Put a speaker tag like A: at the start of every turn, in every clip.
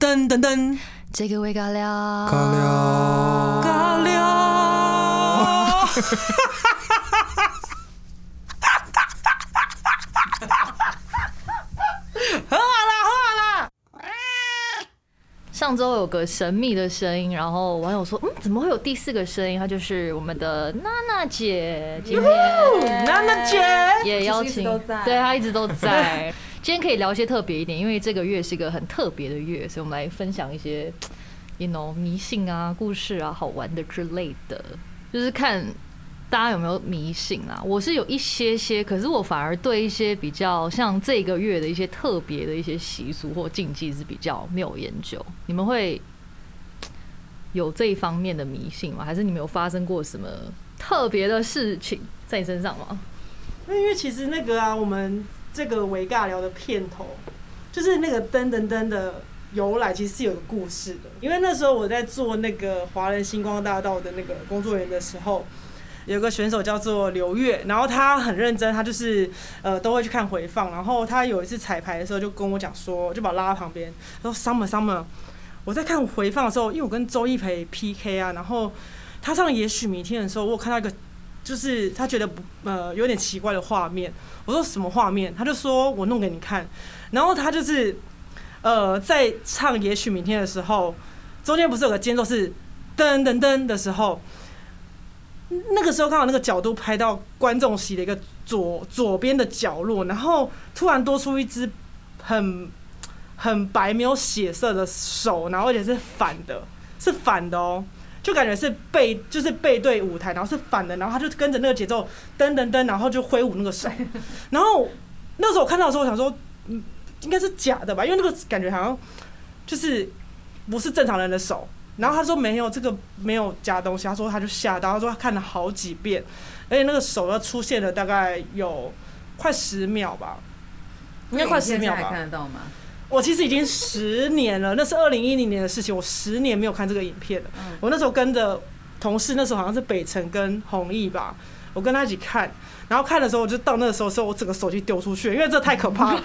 A: 噔噔噔，
B: 这个味尬聊，
C: 尬聊
A: 尬聊。
B: 上周有个神秘的声音，然后网友说，嗯，怎么会有第四个声音？她就是我们的娜娜姐，今天
A: 娜娜姐，
B: 也邀请，
D: 其实一直都在
B: 对她一直都 在。今天可以聊一些特别一点，因为这个月是一个很特别的月，所以我们来分享一些，you know，迷信啊、故事啊、好玩的之类的，就是看大家有没有迷信啊？我是有一些些，可是我反而对一些比较像这个月的一些特别的一些习俗或禁忌是比较没有研究。你们会有这一方面的迷信吗？还是你们有发生过什么特别的事情在你身上吗？
E: 那因为其实那个啊，我们这个维尬聊的片头，就是那个噔噔噔的由来，其实是有个故事的。因为那时候我在做那个华人星光大道的那个工作人员的时候。有个选手叫做刘月，然后他很认真，他就是呃都会去看回放。然后他有一次彩排的时候就跟我讲说，就把我拉到旁边，他说 Summer Summer，我在看回放的时候，因为我跟周一培 PK 啊，然后他唱《也许明天》的时候，我有看到一个就是他觉得不呃有点奇怪的画面。我说什么画面？他就说我弄给你看。然后他就是呃在唱《也许明天》的时候，中间不是有个间奏是噔噔噔的时候，那个时候刚好那个角度拍到观众席的一个左左边的角落，然后突然多出一只很很白没有血色的手，然后而且是反的，是反的哦。就感觉是背，就是背对舞台，然后是反的，然后他就跟着那个节奏噔噔噔，然后就挥舞那个 手。然后那时候我看到的时候，我想说，嗯，应该是假的吧，因为那个感觉好像就是不是正常人的手。然后他说没有，这个没有假东西。他说他就吓到，他说他看了好几遍，而且那个手要出现了大概有快十秒吧，应该快十秒
D: 你现在还
E: 吧
D: 看。得到吗？
E: 我其实已经十年了，那是二零一零年的事情，我十年没有看这个影片了。
D: 嗯
E: 我那时候跟着同事，那时候好像是北辰跟弘毅吧，我跟他一起看，然后看的时候，我就到那个时候的时候，我整个手机丢出去，因为这太可 怕了，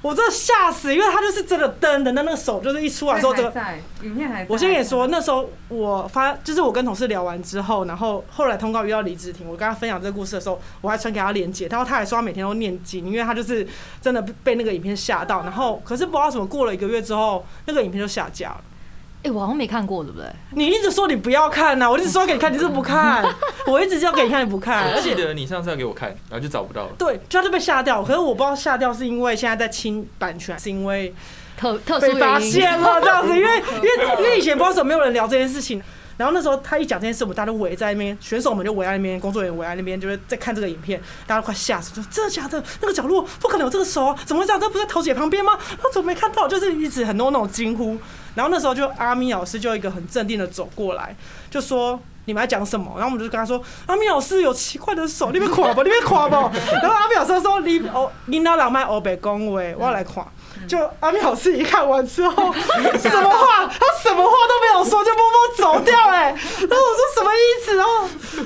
E: 我真的吓死，因为他就是真的噔的，那那个手就是一出来之后，这
D: 所以还
E: 个。
D: 在影片还在。
E: 我先跟你说，那时候我发，就是我跟同事聊完之后，然后后来通告遇到李志婷，我跟他分享这个故事的时候，我还传给他链接，然后他还说他每天都念经，因为他就是真的被那个影片吓到，然后可是不知道怎么过了一个月之后，那个影片就下架了。
B: 哎、我好像没看过，对不对？
E: 你一直说你不要看呐、我一直说给你看，你就是不看，我一直要给你看，你不看，
C: 我
E: 而
C: 记
E: 且。
C: 得你上次要给我看，然后就找不到了。
E: 对，就他就被吓掉，可是我不知道吓掉是因为现在在清版权，是因为
B: 特特殊
E: 被发
B: 原因。
E: 现 了这样子，因为因为因为以前不知道为什么没有人聊这件事情，然后那时候他一讲这件事，我们大家都围在那边，选手们就围在那边，工作人员围在那边，就是在看这个影片，大家都快吓死，说真的假的？那个角落不可能有这个手啊，怎么会这样？这不是在桃姐旁边吗？他怎么没看到？就是一直很多那种惊呼，然后那时候就阿咪老师就一个很镇定的走过来，就说。你们在讲什么？然后我们就跟他说：“阿咪老师有奇怪的手，你们垮吧，你们垮吧。” 然后阿咪老师说：“你哦，你那老麦欧北恭维，我要来垮。”
B: 嗯
E: 就阿咪老师一看完之 后，什么话他什么话都没有说，就默默走掉哎、然后我说什么意思？然后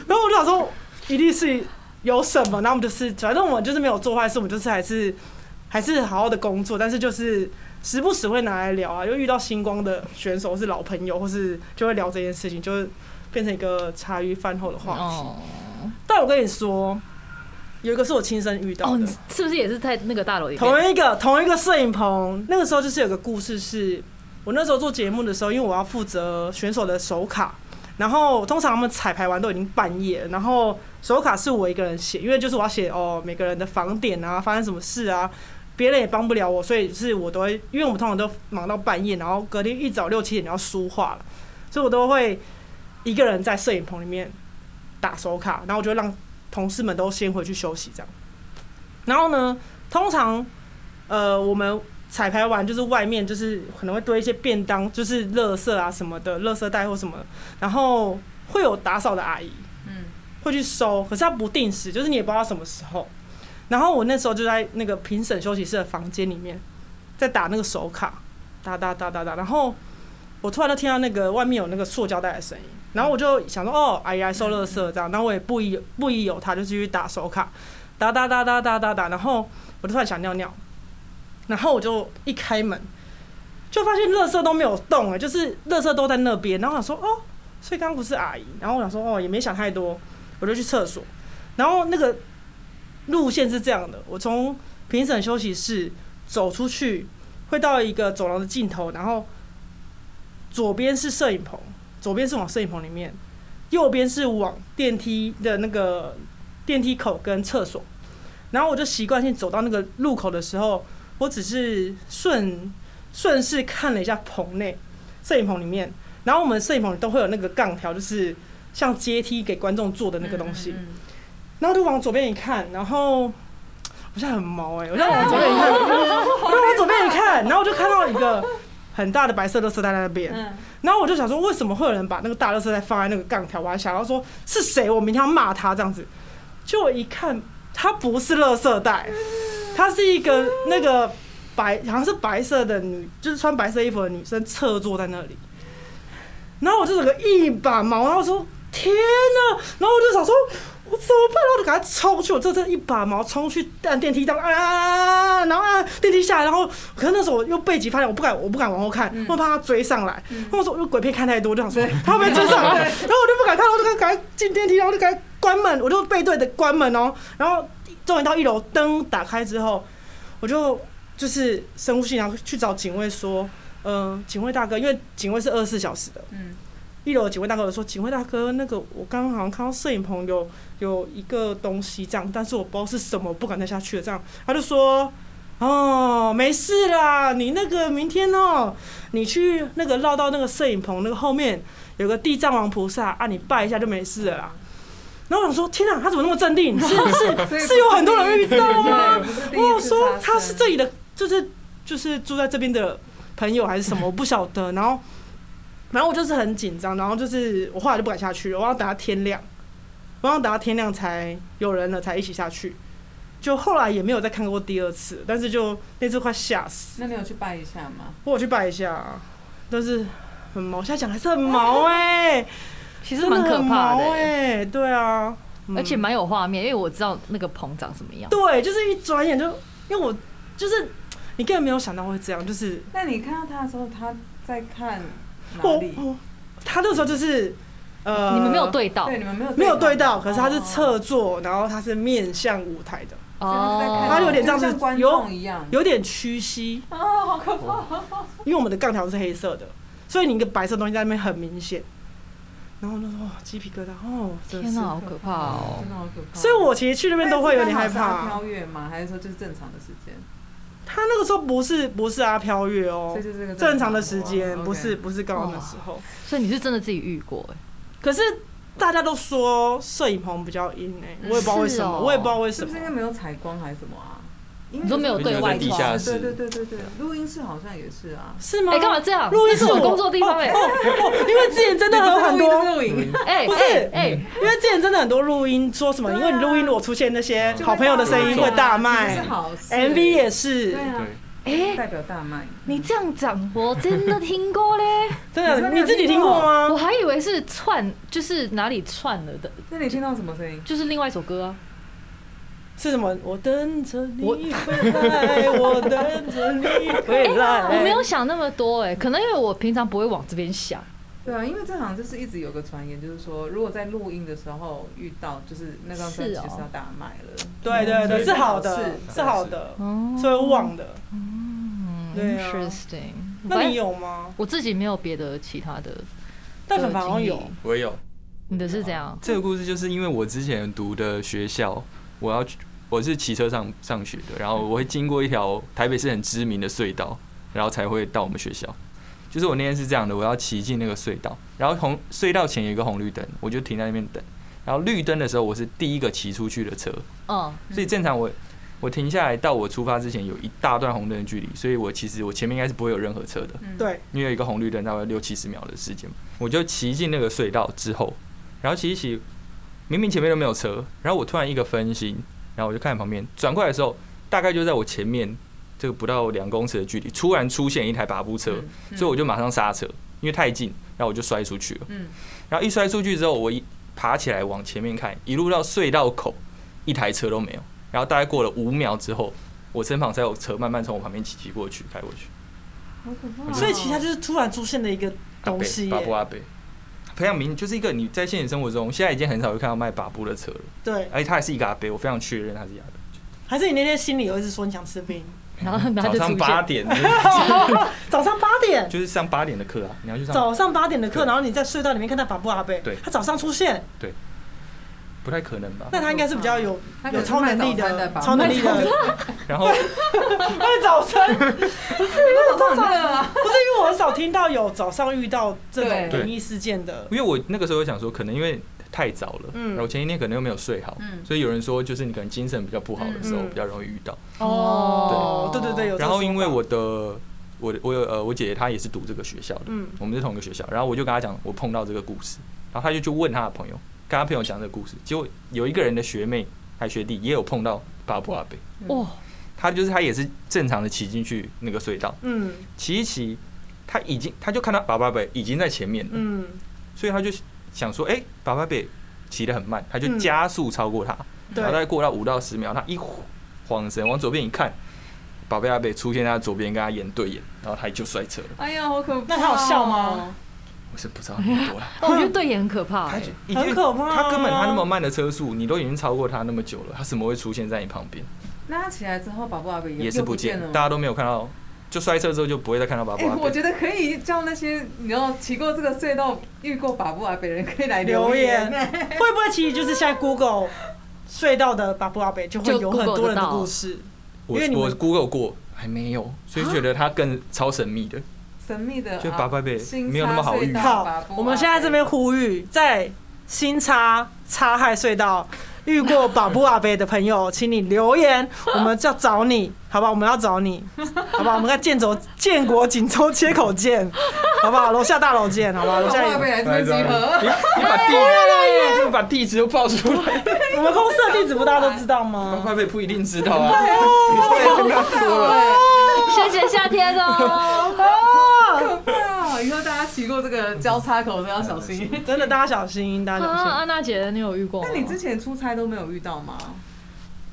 E: 然后我就想说，一定是有什么。然后我们就是，反正我们就是没有做坏事，我们就是还是还是好好的工作，但是就是时不时会拿来聊啊，因为遇到星光的选手是老朋友，或是就会聊这件事情，就是变成一个茶余饭后的话题。
B: 哦
E: 但我跟你说，有一个是我亲身遇到
B: 哦，
E: 的
B: 你，是不是也是在那个大楼里面？
E: 同一个同一个摄影棚，那个时候就是有个故事是，我那时候做节目的时候，因为我要负责选手的手卡，然后通常他们彩排完都已经半夜了，然后手卡是我一个人写，因为就是我要写哦每个人的访点啊，发生什么事啊。别人也帮不了我，所以是我都会，因为我们通常都忙到半夜，然后隔天一早六七点要书画了，所以我都会一个人在摄影棚里面打手卡，然后我就让同事们都先回去休息这样。然后呢，通常呃，我们彩排完就是外面就是可能会堆一些便当，就是垃圾啊什么的，垃圾袋或什么，然后会有打扫的阿姨
D: 嗯，
E: 会去收，可是她不定时，就是你也不知道什么时候。然后我那时候就在那个评审休息室的房间里面，在打那个手卡，打打打打打，然后我突然就听到那个外面有那个塑胶袋的声音，然后我就想说，哦，阿姨来收垃圾这样，然后我也不疑不疑有他，就继续打手卡，打打打打打打打，然后我就突然想尿尿，然后我就一开门，就发现垃圾都没有动哎、就是垃圾都在那边。然后我想说哦，所以刚刚不是阿姨。然后我想说哦，也没想太多，我就去厕所。然后那个路线是这样的，我从评审休息室走出去，会到一个走廊的尽头，然后左边是摄影棚，左边是往摄影棚里面，右边是往电梯的那个电梯口跟厕所。然后我就习惯性走到那个路口的时候，我只是顺顺势看了一下棚内摄影棚里面，然后我们摄影棚都会有那个杠条，就是像阶梯给观众坐的那个东西。
B: 嗯
E: 然后就往左边一看，然后我现在很毛哎、我现在往左边一看，我就往左边一看，然后我就看到一个很大的白色垃圾袋在那边，
D: 嗯
E: 然后我就想说，为什么会有人把那个大垃圾袋放在那个杠条？我还想要说是谁，我明天要骂他这样子。就我一看，它不是垃圾袋，它是一个那个白，好像是白色的女，就是穿白色衣服的女生侧坐在那里。然后我就整个一把毛，然后说天哪！然后我就想说，我怎么办？然后我就赶快冲去，我这这一把毛冲去按电梯当啊啊啊啊！然后按电梯下来，然后可是那时候我又背脊发凉，我不敢，我不敢往后看，我怕他追上来。或者说我就鬼片看太多，就想说他会不会追上来，然后我就不敢看，我就赶快进电梯，然后就赶快关门，我就背对着关门哦。然后终于到一楼，灯打开之后，我就就是深呼吸，然后去找警卫说，嗯、警卫大哥，因为警卫是二十四小时的，
D: 嗯
E: 一楼警卫大哥说：“警卫大哥，那个我刚刚好像看到摄影棚有有一个东西这样，但是我不知道是什么，不敢再下去了。”这样，他就说：“哦，没事啦，你那个明天哦，你去那个绕到那个摄影棚那个后面有个地藏王菩萨啊，你拜一下就没事了啦。”然后我想说：“天啊，他怎么那么镇定？ 是
D: 嗯所以
E: 嗯是
D: 不
E: 是有很多人遇到吗？”
D: 不是第一次
E: 我说
D: 发
E: 他是
D: 生
E: 这里的，就是就是住在这边的朋友还是什么，我不晓 得。然后，然后我就是很紧张，然后就是我后来就不敢下去了，我要等到天亮，我要等到天亮才有人了才一起下去。就后来也没有再看过第二次，但是就那次快吓死，
D: 那你有去拜一下吗？
E: 我有去拜一下，但是很毛，现在讲还是很毛哎、
B: 其实
E: 真
B: 蛮
E: 的
B: 可
E: 很
B: 怕
E: 毛
B: 的欸、
E: 哎、对啊，嗯
B: 而且蛮有画面，因为我知道那个棚长什么样。
E: 对，就是一转眼就，因为我就是你根本没有想到会这样，就是
D: 那你看到他的时候，他在看哪
E: 我
D: 里？
E: 我他那时候就是呃，
B: 你们没有对到
D: 对，你们没有
E: 没有对到，可是他是
D: 哦
E: 侧坐，然后他是面向舞台的，
B: 嗯
D: 哦
E: 他有点这样
D: 就
E: 子
D: 像观
E: 有
D: 众一样。
E: 有点屈膝，
D: 哦，好可怕！
E: 因为我们的杠条是黑色的，所以你一个白色东西在那边很明显。然后我就说哇鸡皮疙瘩哦，真的
B: 天
E: 是
B: 哪，。好可怕哦
D: 真！的好可怕。
E: 所以我其实去那边都会有点害
D: 那是
E: 怕
D: 飘。越吗？还是说就是正常的时间？
E: 他那个时候不是不是阿飘月哦
D: 所以，就是这个哦
E: 正常的时间，不是
D: OK
E: 不是高中的时候。
B: 所以你是真的自己遇过欸、
E: 可是大家都说摄影棚比较阴哎，我也不知道为什
B: 是
E: 么，
B: 哦
E: 我也不知道为
D: 是
E: 什
D: 不
E: 么
D: 是因。为没有采光还是什么啊？因为
B: 你说没有对外
C: 地下
D: 对
C: 室
D: 对对对对，啊录音室好像也是啊。
E: 是吗？
B: 哎、干嘛这样？
E: 录音
B: 这是
E: 室
B: 我工作地方哎、
E: 哦哦哦因为之前真的有很
D: 你不是
E: 多，
D: 录音，
B: 哎
E: 不是嗯
B: 哎哎，
E: 因为之前真的很多录音说什么，
B: 啊
E: 因为你录音如果出现那些
D: 就会
E: 好朋友的声音会大
D: 这
B: 啊
E: 卖
D: 是好事
E: ，MV 也是
D: 对，啊，
B: 哎
D: 代表大卖。
B: 你这样讲，我真的听 过嘞，
E: 真的
D: 你
E: 你
D: 真
E: 自
D: 的
E: 己
D: 有听
E: 听
D: 过
E: 过
B: 我
E: 吗？
B: 还以为是串，就是哪里串了的，
D: 那你听到什么声音？
B: 就是另外一首歌啊。
E: 是什么？我等着
B: 我
E: 你回来，我等着你回来。
B: 我没有想那么多哎、可能因为我平常不会往这边想。
D: 对啊，因为这好像就是一直有个传言，就是说如果在录音的时候遇到，就是那张专辑
B: 是哦
D: 就是要大卖了。
E: 对对对，
D: 嗯
E: 是好的，
D: 是
E: 是好的，
B: 哦
E: 所以我忘的。
B: 嗯
E: 对啊
B: ，interesting。
E: 那你？有吗？
B: 我自己没有别的其他的，
E: 但凡好像有，
C: 我也有
B: 你的是怎样？
C: 这个故事，就是因为我之前读的学校，我要去，我是骑车上上学的，然后我会经过一条台北市很知名的隧道，然后才会到我们学校。就是我那天是这样的，我要骑进那个隧道，然后红隧道前有一个红绿灯，我就停在那边等。然后绿灯的时候，我是第一个骑出去的车，
B: 嗯，
C: 所以正常我我停下来到我出发之前有一大段红灯的距离，所以我其实我前面应该是不会有任何车的。
D: 嗯，
E: 对，
C: 因为有一个红绿灯大概六七十秒的时间，我就骑进那个隧道之后，然后骑一骑，明明前面都没有车，然后我突然一个分心，然后我就看旁边，转过来的时候，大概就在我前面这个不到两公尺的距离，突然出现一台拔步车，
D: 嗯
C: 所以我就马上刹车，因为太近，然后我就摔出去了。
D: 嗯
C: 然后一摔出去之后，我一爬起来往前面看，一路到隧道口，一台车都没有。然后大概过了五秒之后，我身旁才有车慢慢从我旁边骑骑过去，开过去。
D: 好可怕哦。
E: 所以其实它就是突然出现的一个
C: 阿
E: 东西
C: 北
E: 耶
C: 巴布阿北，培养名就是一个你在现实生活中现在已经很少会看到卖把布的车了，
E: 对，
C: 而且他也是一个阿北，我非常确认他是一个阿北。
E: 还是你那天心里有一直说你想吃冰？
B: 然后然后就
C: 嗯早
B: 出
C: 上
B: 现
C: 八点，
E: 早上八点，
C: 就是上八点的课啊，你要去上，
E: 早上八点的课，
C: 对
E: 然后你在隧道里面看到法布阿贝，
C: 对
E: 他早上出现，
C: 不太可能吧？
E: 那他应该是比较有
D: 他哦可
E: 有
D: 能是
E: 超能力
D: 卖早餐的
E: 的，
D: 吧
E: 超能力的
D: 卖
C: 然后
E: 卖早餐，不是
D: 那种很热啊，
E: 不是因为我很少听到有早上遇到这种
D: 对
E: 灵异事件的，
C: 因为我那个时候想说，可能因为太早了，
E: 嗯
C: 然后前一天可能又没有睡好，
D: 嗯
C: 所以有人说就是你可能精神比较不好的时候
E: 嗯嗯
C: 比较容易遇到。
E: 哦，对
B: 对
E: 对对，有这个
C: 然后因为
E: 说法
C: 我的我的我有呃我姐姐她也是读这个学校的，
E: 嗯
C: 我们是同一个学校，然后我就跟她讲我碰到这个故事，然后她就去问她的朋友，跟她朋友讲这个故事，结果有一个人的学妹还学弟也有碰到巴布阿贝，
B: 哇，
C: 他就是他也是正常的骑进去那个隧道，
E: 嗯
C: 骑一骑，他已经他就看到巴布阿贝已经在前面了，
E: 嗯
C: 所以他就想说，哎、巴巴贝骑得很慢，他就
E: 嗯
C: 加速超过他，
E: 对
C: 然后大概过到五到十秒，他一晃神往左边一看，巴贝阿贝出现在他左边，跟他眼对眼，然后他就摔车了。
D: 哎呀，好可怕。
E: 那他有笑
D: 哦
E: 吗？
C: 我是不知道那么多了，
B: 哦我觉得对眼很可怕
C: 他
B: 欸
C: 就，已
E: 很
C: 经
E: 可怕啊
C: 他根本他那么慢的车速，你都已经超过他那么久了，他怎么会出现在你旁边？
D: 那他起来之后，宝宝阿贝
C: 也是
D: 又
C: 不见，
D: 了吗。
C: 大家都没有看到，就摔车之后就不会再看到巴
D: 哎、
C: 布阿
D: 我
C: 贝。
D: 觉得可以叫那些你要骑过这个隧道、遇过把布阿北人可以来
E: 留言
D: 言。
E: 会不会其实就是现在 Google 隧道的巴布阿贝就会
B: 就
E: 有很多
B: Google
E: 人
B: 得
E: 的
B: 到
E: 故事，
C: 我
E: 因为你们
C: 我 Google 过还没有，所以觉得他更超神秘的。
D: 神秘的，
C: 就
D: 啊
C: 巴布阿北没有那么好遇
E: 好，我们现在这边，呼吁，在新叉叉海隧道遇过巴布阿贝的朋友，请你留 言，我们要找你，好吧？我们要找你，好吧？我们在建州建国锦州街口见，好不好？楼下大楼见，好吧？
D: 新
E: 楼
D: 沙隧道
E: 下有
D: 巴布阿北来这边集合。
C: 你把地址，就把地址都报出来，
E: 我们公司的地址不大家都知道
C: 八
E: 吗？
C: 块贝不一定知道啊。 对，不要说了。
B: 谢谢夏天 哦，
D: 可怕！以后大家骑过这个交叉口都要小心。
E: 真的，大家小心，大家
B: 啊，
E: 小心。
B: 安娜姐，你有遇过吗？
D: 那你之前出差都没有遇到吗？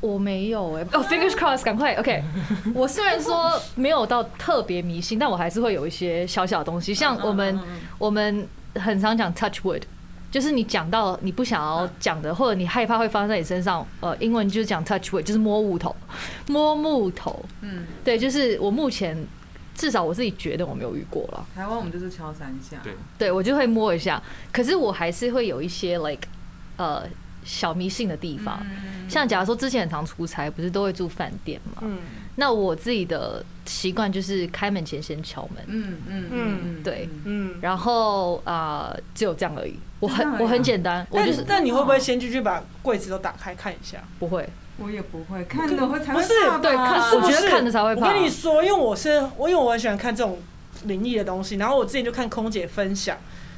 B: 我没有哎、
D: 欸
B: 哦、f i n g e r s cross，赶快，OK。我 虽然说没有到特别迷信，但我还是会有一些小小的东西，像我们
D: 嗯嗯嗯
B: 我们很常讲 touch wood，就是你讲到你不想要讲的，或者你害怕会发生在你身上，呃，英文就是讲 touch wood，就是摸木头，摸木头。
D: 嗯，
B: 对，就是我目前至少我自己觉得我没有遇过了。
D: 台湾我们就是敲三下。
C: 对
B: 对我就会摸一下，可是我还是会有一些 like 呃小迷信的地方。
D: 嗯，
B: 像假如说之前很常出差，不是都会住饭店嘛？
E: 嗯，
B: 那我自己的习惯就是开门前先敲门，
D: 嗯嗯
B: 对
E: 嗯，
B: 然后啊、呃只有这样而已。我
D: 就这样而
B: 很
D: 已啊
B: 我很简单，我
E: 但
B: 就是嗯
E: 但你会不会先进去把柜子都打开看一下？
B: 不会。
D: 我也不会看的会才
E: 不
D: 会
E: 是
D: 怕吧
B: 对看
E: 是
B: 我
E: 不
B: 觉得
E: 是
B: 看着才会怕
E: 我跟你说，因为我是我，因为我很喜欢看这种灵异的东西。然后我之前就看空姐分享，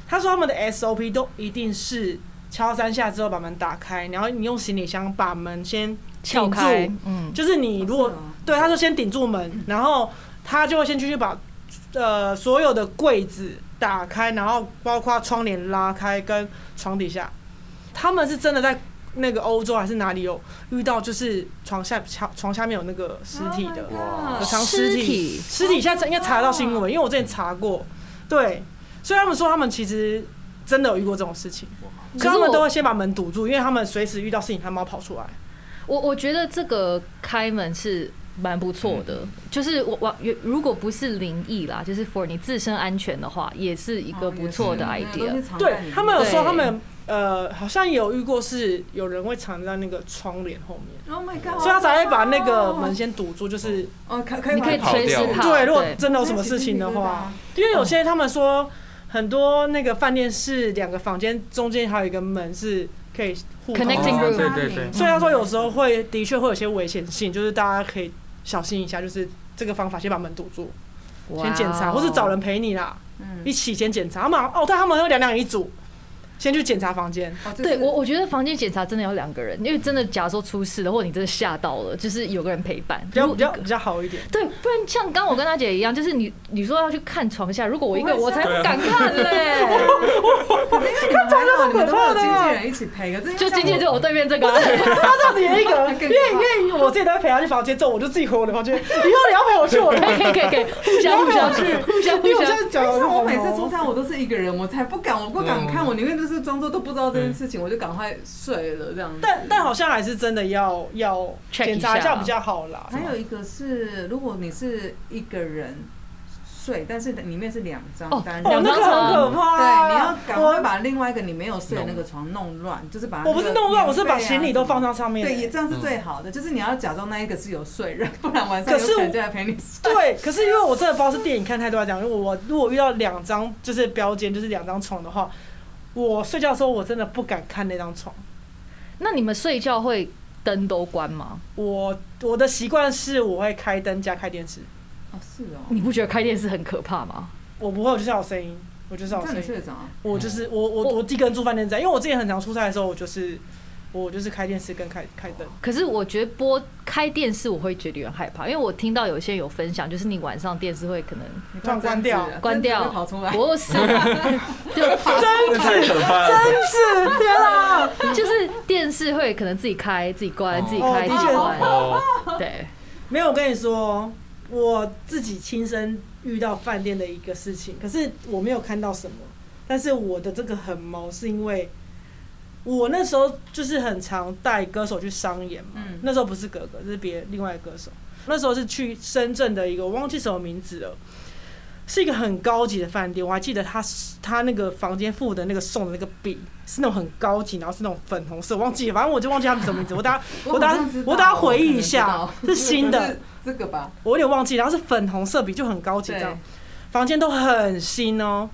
E: 她说他们的 SOP 都一定是敲三下之后把门打开，然后你用行李箱把门先
B: 撬
E: 顶住，
B: 开，嗯，
E: 就是你如
D: 哦
E: 果
D: 是吗
E: 对，她说先顶住门，然后她就会先进去把呃所有的柜子打开，然后包括窗帘拉开跟床底下，他们是真的在。那个欧洲还是哪里有遇到，就是床下床床下面有那个尸体
D: Oh
E: 的，
C: 哇
E: 有
D: 哇，
E: 藏尸
B: 尸
E: 体，
B: 体
E: 尸体现在应该查得到新闻，因为我之前查过，对，所以他们说他们其实真的有遇过这种事情，所以
B: 可是
E: 他们都
B: 我
E: 会先把门堵住，因为他们随时遇到事情，他们要跑出来。
B: 我我觉得这个开门是蛮不错的，
E: 嗯
B: 就是我我如果不是灵异啦，就是 for 你自身安全的话，也是一
E: 哦
B: 个不错的 idea。
E: 对他们有说
B: 对
E: 他们呃，好像也有遇过是有人会藏在那个窗帘后面，
D: ，Oh my
B: 哦
D: god，
E: 所以他才会把那个门先堵住，就是
D: 哦，可可以
B: 你可以
C: 跑
B: 随时
C: 掉
B: 跑，
E: 对，如果
B: 对
E: 真的有什么事情的话，因为有些他们说很多那个饭店是两个房间中间还有一个门是可以互通的
B: Connecting room
C: 对对对
E: 所以他说有时
D: 哦
E: 候会的确会有些危险性，就是大家可以小心一下，就是这个方法先把门堵住，先检查，
B: 哇哦
E: 或是找人陪你啦，
D: 嗯
E: 一起先检查。他们好像哦，但他们会两两一组，先去检查房间。
D: 哦这
B: 对
D: 是
B: 我，我觉得房间检查真的要两个人，因为真的假如说出事了，或者你真的吓到了，就是有个人陪伴，
E: 比较
B: 如
E: 比较比较好一 点，
B: 对，不然像刚我跟大姐一样，就是你你说要去看床下，如果我一个人
D: 我
B: 我
D: 会吓
B: 才不
E: 啊
B: 敢看嘞、
D: 因为你们还 好，你们都会有经纪人一起陪，可是因为
B: 就
D: 像
B: 今天
D: 我
B: 就我对面这个啊、
E: 他这样子也一 个人，
D: 更
E: 因
D: 可
E: 为
D: 怕
E: 因为我自己都会陪他去房间，之后我就自己回我的房间。以后你要陪我 去我的，
B: 可以可以可以可以，互
E: 你
B: 相
E: 要
B: 互
E: 陪我
B: 相
E: 去，
B: 互相
E: 因为
B: 互
E: 我
B: 相
E: 现。在讲的哦
D: 像
E: 是
D: 我
E: 红
D: 每次出
E: 楼
D: 差我都是一个人，我才不敢，我不敢看，
C: 嗯
D: 我宁愿就是装作都不知道这件事
E: 嗯
D: 情，我就赶快睡了这样子。
E: 但但好像还是真的要要
B: Check
E: 检查
B: 一
E: 一
B: 下
E: 下比较好啦。
D: 还有一个是，如果你是一个人睡，但是里面是两张
B: 哦
D: 单人，
E: 哦，
B: 两
E: 那
B: 张
E: 个
B: 床
E: 很可怕。
D: 对，你要赶快
E: 我
D: 把另外一个你没有睡的那个床弄乱，就是把它
E: 我不是弄乱，我是把
D: 棉被啊
E: 行李都放到上面。
D: 对，也这样是最好的，就是你要假装那一个是有睡 人，不然晚
E: 嗯
D: 上
E: 可是
D: 有
E: 我
D: 可能就来陪你睡。
E: 对，可是因为我真的不知道是电影看太多来讲，因为我如果遇到两张就是标间就是两张床的话，我睡觉的时候我真的不敢看那张床。
B: 那你们睡觉会灯都关吗？
E: 我我的习惯是我会开灯加开电视，
D: 哦，是哦，
B: 你不觉得开电视很可怕吗？
E: 我不会，我就是要有声音，我就是要有声
D: 这样你
E: 音
D: 睡，得着啊？
E: 我就是嗯我我我自己跟住饭店在，因为我之前很常出差的时候，我就是我就是开电视跟开开灯。
B: 可是我觉得播开电视，我会觉得有点害怕，因为我听到有些人有分享，就是你晚上电视会可能
D: 你不
E: 突
D: 要
E: 然关
D: 这样
E: 掉
D: 子啊
B: 关掉
D: 这样子会跑出来。
B: 不是，就
C: 那太可怕了。
E: 真是天啊！
B: 就是电视会可能自己开、自己关、自己
E: 哦
B: 开、
E: 的
B: 自己
E: 确
B: 关，
C: 哦，
B: 对，
E: 没有，我跟你说，哦我自己亲身遇到饭店的一个事情，可是我没有看到什么。但是我的这个很毛，是因为我那时候就是很常带歌手去商演嘛。
D: 嗯
E: 那时候不是格格，是别另外一个歌手。那时候是去深圳的一个，我忘记什么名字了，是一个很高级的饭店。我还记得他他那个房间附的那个送的那个笔是那种很高级，然后是那种粉红色，我忘记了，反正我就忘记他们什么名字。我大家我大
D: 好
E: 家
D: 像知道
E: 我大家回忆一
D: 我
E: 下
D: 可能知，
E: 是
D: 道
E: 新的。
D: 是这个吧？
E: 我有点忘记，然后是粉红色笔，就很高级这样
D: 对，，
E: 房间都很新哦。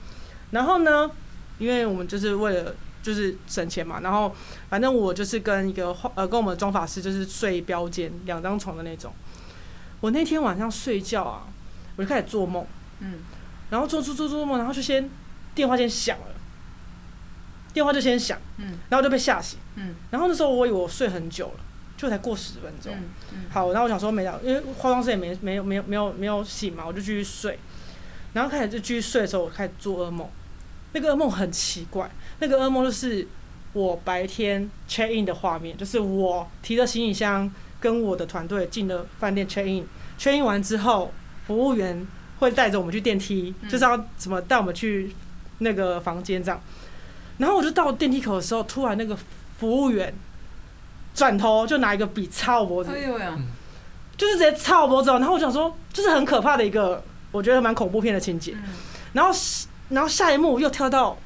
E: 然后呢，因为我们就是为了就是省钱嘛，然后反正我就是跟一个化呃跟我们的妆发师就是睡标间两张床的那种。我那天晚上睡觉啊，我就开始做梦，
D: 嗯，
E: 然后做做做做梦，然后就先电话先响了，电话就先响，
D: 嗯，
E: 然后就被吓醒，
D: 嗯，
E: 然后那时候我以为我睡很久了，就才过十分钟，
D: 嗯嗯
E: 好，然后我想说没了，因为化妆师也没没有没有没有没有醒嘛，我就继续睡。然后开始就继续睡的时候，我开始做噩梦。那个噩梦很奇怪，那个噩梦就是我白天 check in 的画面，就是我提着行李箱跟我的团队进了饭店 check in，check in 完之后，服务员会带着我们去电梯，
D: 嗯
E: 就是要怎么带我们去那个房间这样。然后我就到电梯口的时候，突然那个服务员转头就拿一个笔插我脖子
D: 哎，呦呀，
E: 嗯就是直接插我脖子哦，然后我就想说，就是很可怕的一个，我觉得蛮恐怖片的情节。
D: 嗯
E: 然后是，然后下一幕又跳到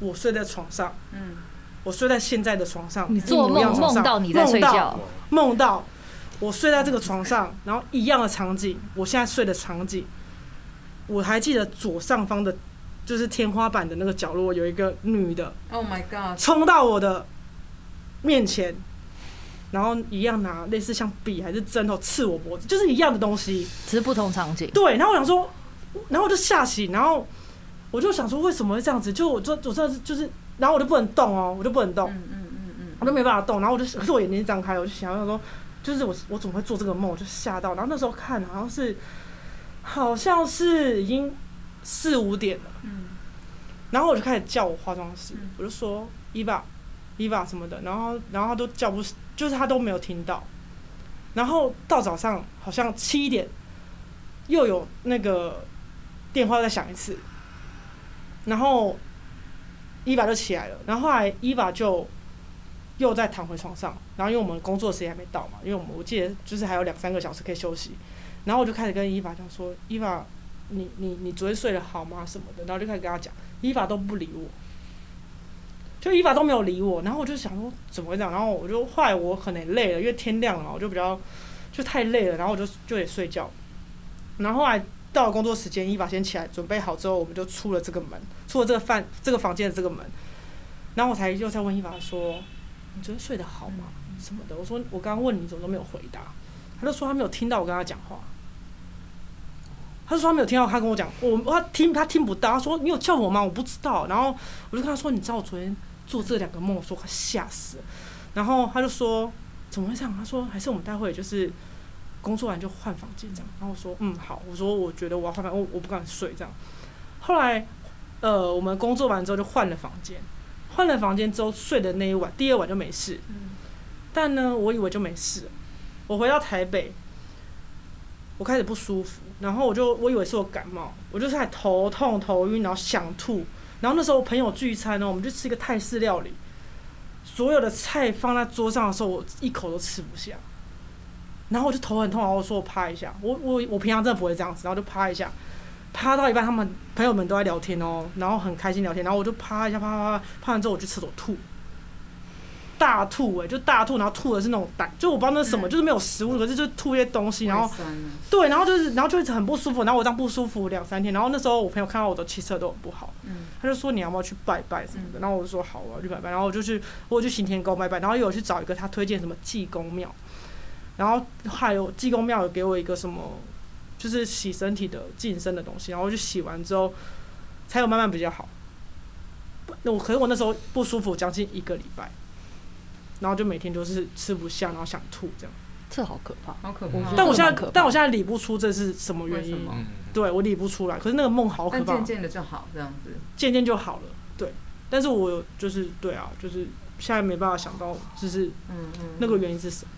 E: 我睡在床上，
D: 嗯，
E: 我睡在现在的床上，
B: 你做
E: 一模一样
B: 梦
E: 的床
B: 梦
E: 上
B: 到你在睡，觉
E: 梦，到梦到我睡在这个床上，然后一样的场景，我现在睡的场景，我还记得左上方的，就是天花板的那个角落有一个女的
D: Oh my God！
E: 冲到我的面前。然后一样拿类似像笔还是针头刺我脖子，就是一样的东西。
B: 只是不同场景。
E: 对，然后我想说，然后我就吓醒，然后我就想说为什么会这样子？就我就我这就是，然后我就不能动哦，我就不能动，
D: 嗯嗯嗯嗯
E: 我都没办法动。然后我就可是我眼睛张开，我就想我想说，就是我我怎么会做这个梦？我就吓到。然后那时候看好像是好像是已经四五点了，
D: 嗯
E: 然后我就开始叫我化妆师
D: 嗯，
E: 我就说伊娃伊娃什么的，然后然后他都叫不，就是他都没有听到。然后到早上好像七点，又有那个电话再响一次，然后伊娃就起来了，然后后来伊娃就又再躺回床上，然后因为我们工作时间还没到嘛，因为我们我记得就是还有两三个小时可以休息，然后我就开始跟伊娃讲说，伊娃，你你你昨天睡得好吗什么的，然后就开始跟他讲，伊娃都不理我，就伊娃都没有理我，然后我就想说怎么会这样，然后我就后来我可能也累了，因为天亮了嘛，我就比较就太累了，然后我就就也睡觉，然后后来到了工作时间，伊娃先起来准备好之后，我们就出了这个门，出了这个饭这个房间的这个门，然后我才又在问伊娃说，你昨天睡得好吗什么的，我说我刚刚问你怎么都没有回答，他就说他没有听到我跟他讲话。他就说他没有听到他跟我讲，我他听他听不到，他说你有叫我吗？我不知道。然后我就跟他说，你知道我昨天做这两个梦，我说快吓死了。然后他就说怎么会这样？他说还是我们待会就是工作完就换房间这样。然后我说嗯好，我说我觉得我要换房，我我不敢睡这样。后来呃我们工作完之后就换了房间，换了房间之后睡的那一晚，第二晚就没事。
D: 嗯
E: 但呢，我以为就没事了。我回到台北，我开始不舒服，然后我就我以为是我感冒，我就是还头痛、头晕，然后想吐。然后那时候我朋友聚餐哦呢，我们就吃一个泰式料理，所有的菜放在桌上的时候，我一口都吃不下。然后我就头很痛，然后我说我趴一下，我我我平常真的不会这样子，然后就趴一下，趴到一半，他们朋友们都在聊天哦，然后很开心聊天，然后我就趴一下，趴趴趴，趴完之后我去厕所吐，大吐哎、就大吐，然后吐的是那种胆，就我不知道那是什么，就是没有食物，可是就吐一些东西，然后
D: 胃酸啊
E: 对，然后就是，然后就是很不舒服，然后我这样不舒服两三天，然后那时候我朋友看到我的气色都很不好，
D: 嗯，
E: 他就说你要不要去拜拜什么的，然后我就说好啊，我要去拜拜，然后我就去，我有去行天宫拜拜，然后有去找一个他推荐什么济公庙，然后还有济公庙有给我一个什么，就是洗身体的净身的东西，然后我就洗完之后，才有慢慢比较好。不那我可是我那时候不舒服将近一个礼拜，然后就每天就是吃不下，然后想吐这样，
B: 这好可怕。
D: 好可
B: 我觉
D: 怕
B: 得。
E: 但我现
B: 这个蛮可
E: 在
B: 怕
E: 但我现在理不出这是什么原
D: 为什
E: 因
D: 么。
C: 嗯，
E: 对我理不出来，可是那个梦好可
D: 但
E: 怕
D: 渐，渐的就好这样子。
E: 渐渐就好了，对。但是我有就是对啊，就是现在没办法想到，就是
D: 嗯嗯，
E: 那个原因是什么？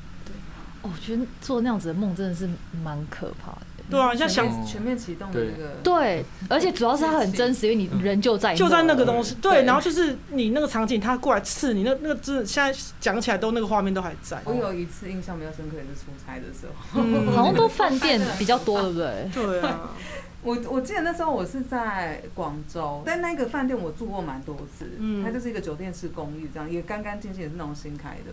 B: 哦我觉得做那样子的梦真的是蛮可怕的。
E: 对啊，像
D: 全
E: 想
D: 面全面启动的那个，
B: 对，而且主要是它很真实，因为你人就
D: 嗯
B: 在，
E: 就在那个东西，
B: 对
E: 对，然后就是你那个场景，他过来刺你，那那个真的现在讲起来都那个画面都还在，
D: 我有一次印象比较深刻，也是出差的时候。
E: 嗯
B: 好像都饭店比较多，对 不对？
E: 对啊，
D: 我我记得那时候我是在广州，在那个饭店我住过蛮多次，
E: 嗯
D: 它就是一个酒店式公寓，这样也干干净净，也是那种新开的。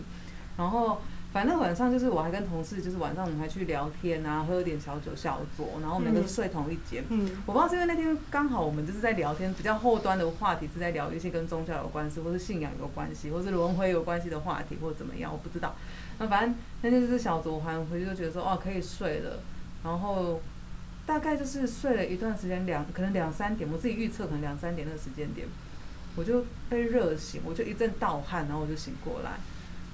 D: 然后反正晚上就是我还跟同事，就是晚上我们还去聊天啊，喝点小酒小酌，然后我们两个是睡同一间。
E: 嗯
D: 我不知道是因为那天刚好我们就是在聊天，比较后端的话题是在聊一些跟宗教有关系，或是信仰有关系，或是轮回有关系的话题，或者怎么样，我不知道。那反正那天就是小酌完回去就觉得说，哦，可以睡了，然后大概就是睡了一段时间，两可能两三点，我自己预测可能两三点那个时间点，我就被热醒，我就一阵盗汗，然后我就醒过来，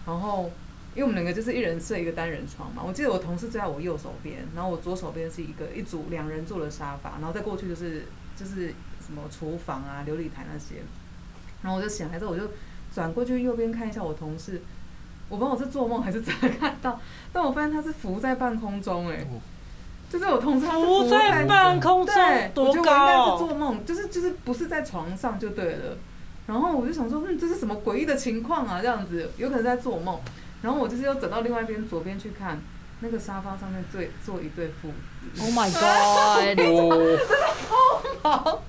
D: 然后。因为我们两个就是一人睡一个单人床嘛，我记得我同事坐在我右手边，然后我左手边是一个一组两人坐的沙发，然后再过去就是就是什么厨房啊、琉璃台那些，然后我就醒来之后，我就转过去右边看一下我同事，我不知道我是做梦还是真的看到，但我发现他是浮在半空中、哎、
C: 哦
D: 就是我同事他是
E: 浮在半空中
D: 对，我
E: 多
D: 觉得我应该是
E: 高
D: 做？梦，就是就是不是在床上就对了。然后我就想说，嗯，这是什么诡异的情况啊？这样子有可能在做梦。然后我就是又走到另外一边左边去看，那个沙发上面对坐一对父子，
B: Oh my god！
D: 好，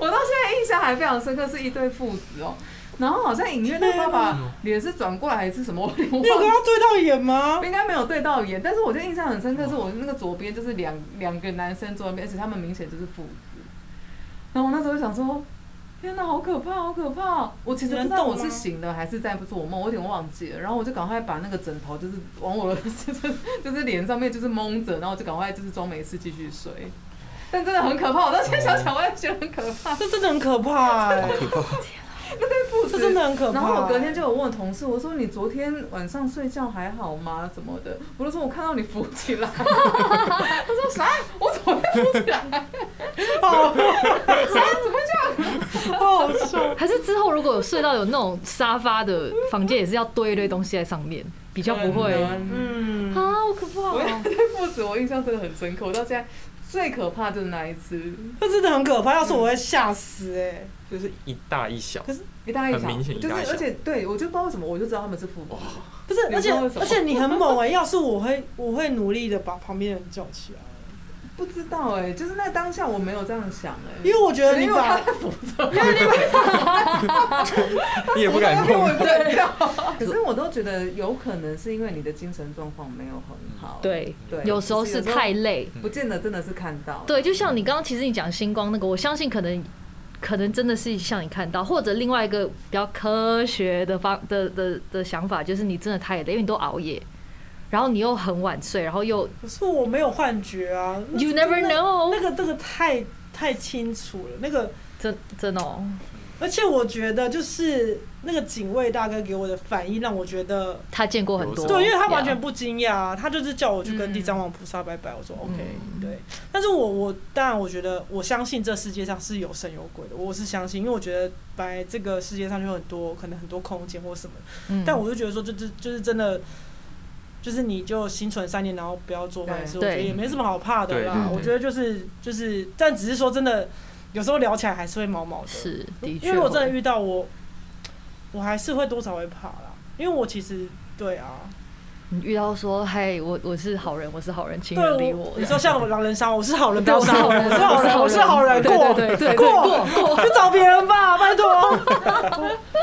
D: 我到现在印象还非常深刻，是一对父子哦。然后好像隐约那个爸 爸脸是转过来还是什么，我有点
E: 你有
D: 忘
E: 跟
D: 了。
E: 他对到眼吗？
D: 应该没有对到眼，但是我就印象很深刻，是我那个左边就是两两个男生坐那边，而且他们明显就是父子。然后我那时候就想说，天哪，好可怕，好可怕！我其实不知道我是醒了还是在做梦，我有点忘记了。然后我就赶快把那个枕头就是往我的 就是就是脸上面就是蒙着，然后我就赶快就是装没事继续睡。但真的很可怕，我到现在想想我也觉得很可怕。
E: 这真的很可怕，哎
D: 父
E: 这
D: 子
E: 真的很可怕。
D: 然后我隔天就有问同事，我说你昨天晚上睡觉还好吗？什么的，我就说我看到你浮起来， 他说啥？我怎么会浮起来？
E: 好
D: 啥？怎么这样？
E: 好笑，
B: 还是之后如果有睡到有那种沙发的房间，也是要堆一堆东西在上面，比较不会啊，
D: 嗯
E: 嗯，
B: 好可怕哦！
D: 对父子，我印象真的很深刻，我到现在最可怕就是那一次，
E: 这真的很可怕，要是我会吓死哎。
C: 就是一大一小，
D: 一大一小，
C: 很明显
D: 就是
C: 一大一小
D: 而且对我就不知道为什么，我就知道他们是父子。
E: 不是，
D: 你
E: 而且
D: 知道为什么
E: 而且你很猛哎、要是我会，我会努力的把旁边的人叫起来，
D: 不知道哎、就是那当下我没有这样想哎、
E: 因为我觉得你
D: 因为他
E: 把
D: 在扶着，
C: 你也不敢碰
D: 我。也不 知道。可是我都觉得有可能是因为你的精神状况没有很好，
B: 对，
D: 对，
B: 有时候
D: 就是
B: 太累。
D: 不见得真的是看到。
B: 对，就像你刚刚，其实你讲星光那个，我相信可能可能真的是像你看到，或者另外一个比较科学的方的的的想法，就是你真的太累，因为你都熬夜，然后你又很晚睡，然后又
E: 可是我没有幻觉啊
B: you never
E: 那
B: know，
E: 那个这个太太清楚了。那个，
B: 真真的哦，
E: 而且我觉得就是那个警卫大哥给我的反应，让我觉得
B: 他见过很多，
E: 对，因为他完
B: Yeah
E: 全不惊讶啊，他就是叫我去跟地藏王菩萨拜拜，我说
D: 嗯
E: OK，、对。
C: 嗯
E: 但是我我当然我觉得我相信这世界上是有神有鬼的，我是相信，因为我觉得本来这个世界上就有很多可能很多空间或什么，
B: 嗯
E: 但我就觉得说就就就是真的。就是你就心存善念，然后不要做坏事，我觉得
B: 对
E: 也没什么好怕的啦
C: 对。
E: 我觉得就是就是，但只是说真的，有时候聊起来还是会毛毛的。
B: 是的确，哦
E: 因为我真的遇到我，我还是会多少会怕啦，因为我其实对啊，
B: 你遇到说嗨，我我是好人，我是好人，请
E: 对
B: 远离我
E: 我，。你说像我狼人杀，我是好人，不
B: 对，
E: 要
B: 我是
E: 杀
B: 好
E: 我，
B: 人，
E: 我是好人，我是好人，
B: 对
E: 过
B: 对对对对
E: 过
B: 过过。
E: 去找别人吧，拜托。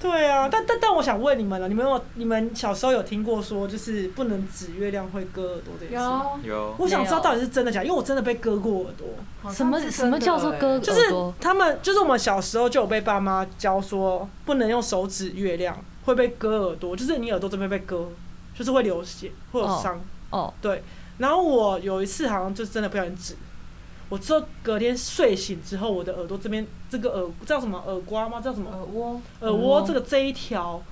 E: 对啊，但但但我想问你们了，你们有你们小时候有听过说就是不能指月亮会割耳朵这件事吗？
D: 有
C: 有
E: 我想知道到底是真的假的，因为我真的被割过耳朵。
D: 好像
B: 什么
D: 是
B: 什么
D: 真的
B: 叫做
D: 欸
B: 割
E: 就是他们，就是我们小时候就有被爸妈教说，不能用手指月亮，会被割耳朵，就是你耳朵这边被割，就是会流血，会有伤。
B: 哦，
E: 对，然后我有一次好像就真的不小心指，我之后隔天睡醒之后，我的耳朵这边这个耳叫什么耳刮吗？叫什么
D: 耳蜗，
E: 耳
B: 耳
E: 蜗？
B: 蜗
E: 这个这一条，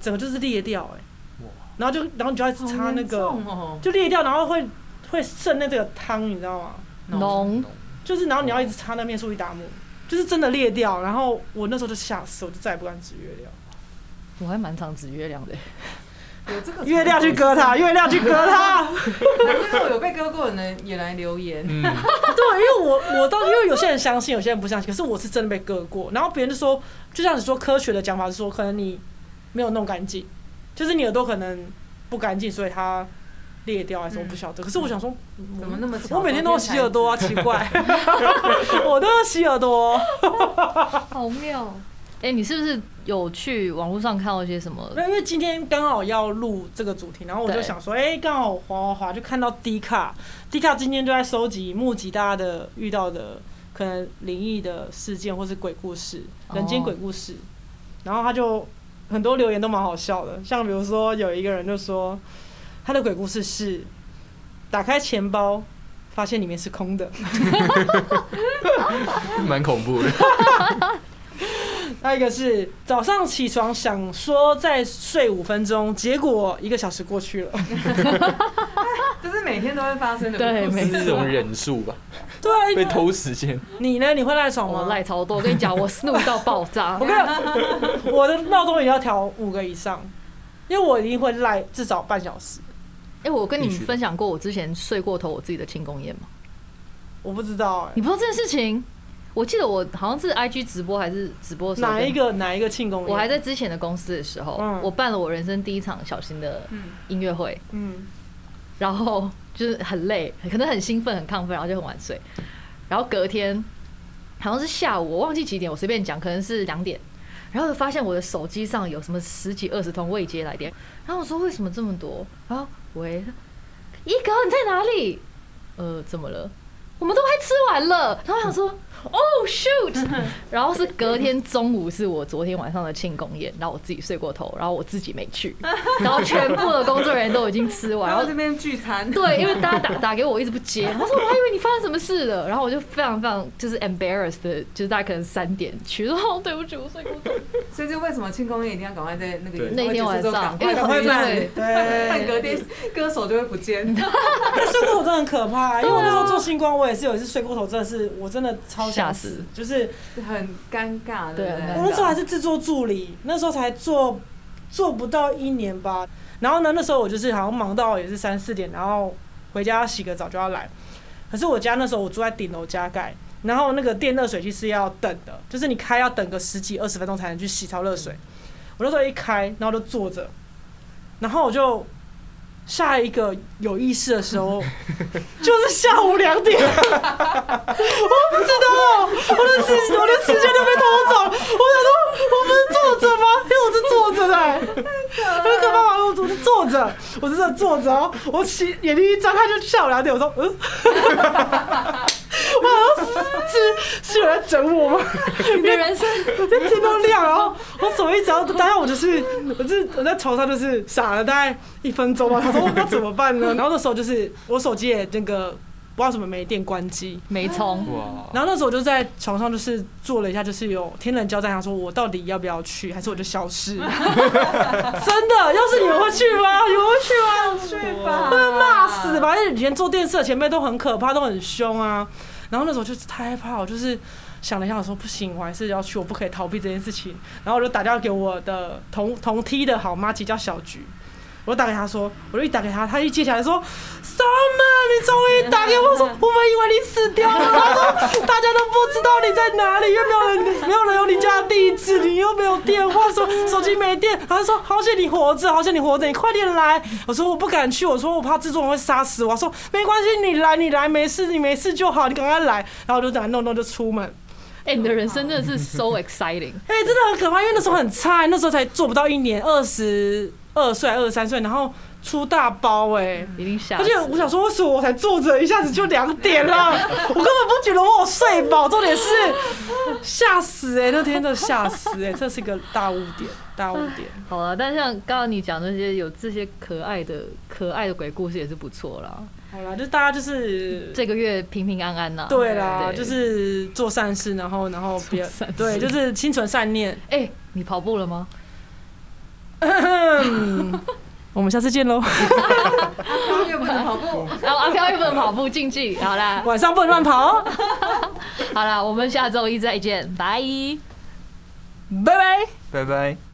E: 整个就是裂掉哎、
C: 哇
E: 然后就然后你就要一直擦那个，
D: 好严重哦
E: 就裂掉，然后会会渗那这个汤，你知道吗？
B: 脓
E: 就是然后你要一直擦那面塑一达木，就是真的裂掉。然后我那时候就吓死，我就再也不敢指 月亮，
B: 我还蛮常指月亮的，
D: 有这个
E: 月亮去割它，月亮去割它。
D: 这个有被割过的人也来留言，
C: 嗯，
E: 对，因为我我到因为有些人相信，有些人不相信，可是我是真的被割过。然后别人就说，就像你说科学的讲法是说，可能你没有弄干净，就是你耳朵可能不干净，所以它裂掉还是我不晓得。可是我想说，
D: 嗯怎么那么巧？
E: 我每天都要洗耳朵啊，奇怪， 我都要洗耳朵。
B: 好妙。哎，你是不是有去网络上看到一些什么？
E: 那因为今天刚好要录这个主题，然后我就
B: 对
E: 想说，哎、刚好滑滑滑就看到 D 卡，D 卡今天就在收集募集大家的遇到的可能灵异的事件或是鬼故事、
B: 哦
E: 人间鬼故事，然后他就很多留言都蛮好笑的，像比如说有一个人就说他的鬼故事是打开钱包发现里面是空的，
C: 蛮恐怖的。
E: 还有一个是早上起床想说再睡五分钟，结果一个小时过去了。
D: 这是每天都会发生的，
B: 对
D: 不是
B: 没错
C: 是一种忍术吧，
E: 对啊，
C: 被偷时间。
E: 你呢？你会赖床吗？
B: 哦我赖超多，我跟 你讲，我 snooze 到爆 炸
E: 我。跟你讲，我的闹钟也要调五个以上，因为我一定会赖至少半小时。
B: 哎，我跟你
C: 必
B: 们
C: 须的
B: 分享过我之前睡过头我自己的庆功宴吗？
E: 我不知道哎、
B: 你不知道这件事情？我记得我好像是 IG 直播还是直播的时候
E: 哪一？个哪一个庆功宴？
B: 我还在之前的公司的时候，
E: 嗯
B: 我办了我人生第一场小型的
D: 嗯
B: 音乐会，
E: 嗯，
B: 然后就是很累，可能很兴奋、很亢奋，然后就很晚睡。然后隔天好像是下午，我忘记几点，我随便讲，可能是两点。然后就发现我的手机上有什么十几二十通未接来电，然后我说为什么这么多？然后喂，一哥你在哪里？呃，怎么了？我们都快吃完了。然后我想说，哦 shoot！然后是隔天中午是我昨天晚上的庆功宴，然后我自己睡过头，然后我自己没去，然后全部的工作人员都已经吃完，
D: 然
B: 然
D: 后
B: 后
D: 这边聚餐，
B: 对，因为大家打打给我，我一直不 接。我说我还以为你发生什么事了，然后我就非常非常就是 embarrassed，的就是大概可能三点去，说哦对不起，我睡过头。
D: 所以就为什么庆功宴一定要赶快在那个
C: 对
B: 那天晚上，因为
E: 赶快
B: 很
E: 办
B: 累
D: 但
E: 对，
D: 隔天歌手就会不见，
E: 但睡过头真的很可怕、因为我那时候做星光，我也是有一次睡过头，真的是我真的超想
B: 啊吓
E: 死
B: 死，
E: 就是
D: 很尴尬，
B: 对
D: 不
E: 我
B: 很
E: 那时候还是制作助理，那时候才做做不到一年吧。然后呢，那时候我就是好像忙到也是三四点，然后回家洗个澡就要来。可是我家那时候我住在顶楼加盖，然后那个电热水器是要等的，就是你开要等个十几二十分钟才能去洗超热水。我那时候一开，然后就坐着，然后我就下一个有意识的时候，就是下午两点。我不知道，我的时我的时间都被偷走。我想说，我不是坐着吗？因为我是坐着的、欸，很可怕。我我是坐着，我是真的坐着哦。我起眼睛一张开就下午两点，我说，嗯，我想说是是有人在整我吗？
B: 你的人生
E: 就天都亮，然后我手一只要，当下我就是，我就是我在床上哦就是傻了大概一分钟吧。他说我要怎么办呢？然后那时候就是我手机也那个不知道什么没电关机。
B: 没冲，
C: 哇，
E: 然后那时候我就在床上，就是做了一下，就是有天人交战，想说我到底要不要去，还是我就消失？真的，要是你们会去吗？你们会去吗？
D: 去吧，
E: 会被骂死吧！因为以前做电视的前辈都很可怕，都很凶啊。然后那时候就是太害怕，我就是想了一下，我说不行，我还是要去，我不可以逃避这件事情。然后我就打电话给我的同同梯的好妈其实叫小菊。我打给他说，我就一打给他，他一接起来说：“Summer，你终于打给我！”我说：“我们以为你死掉了。”他说：“大家都不知道你在哪里，又没有人，没有人有你家的地址，你又没有电话，说手机没电。”他说：“好险你活着，好险你活着，你快点来！”我说：“我不敢去，我说我怕制作人会杀死我。”我说：“没关系，你来，你来，没事，你没事就好，你赶快来。”然后我就等弄弄就出门。
B: 哎，你的人生真的是 so exciting，
E: 哎、真的很可怕，因为那时候很菜，那时候才做不到一年，二十二岁、二十三岁，然后出大包哎、
B: 一定吓
E: 而
B: 死。
E: 且我想说，为什么我才坐着，一下子就两点 了？我根本不觉得我有睡饱，重点是吓死哎、那天真的吓死哎、这是一个大误点，大误点。
B: 好了，但像刚刚你讲那些有这些可爱的可爱的鬼故事也是不错啦。
E: 好啦，就大家就是
B: 这个月平平安安呐。
E: 对啦，
B: 对
E: 就是做善事，然后然后别
B: 做善事
E: 对，就是心存善念。
B: 哎，你跑步了吗？
E: 嗯我们下次见喽，
D: 八月不能跑步。
B: 然后阿飘又不能跑步竞技，好啦，
E: 晚上不能乱跑哦，
B: 好啦，我们下周一再见，拜。
E: 拜拜。
C: 拜拜。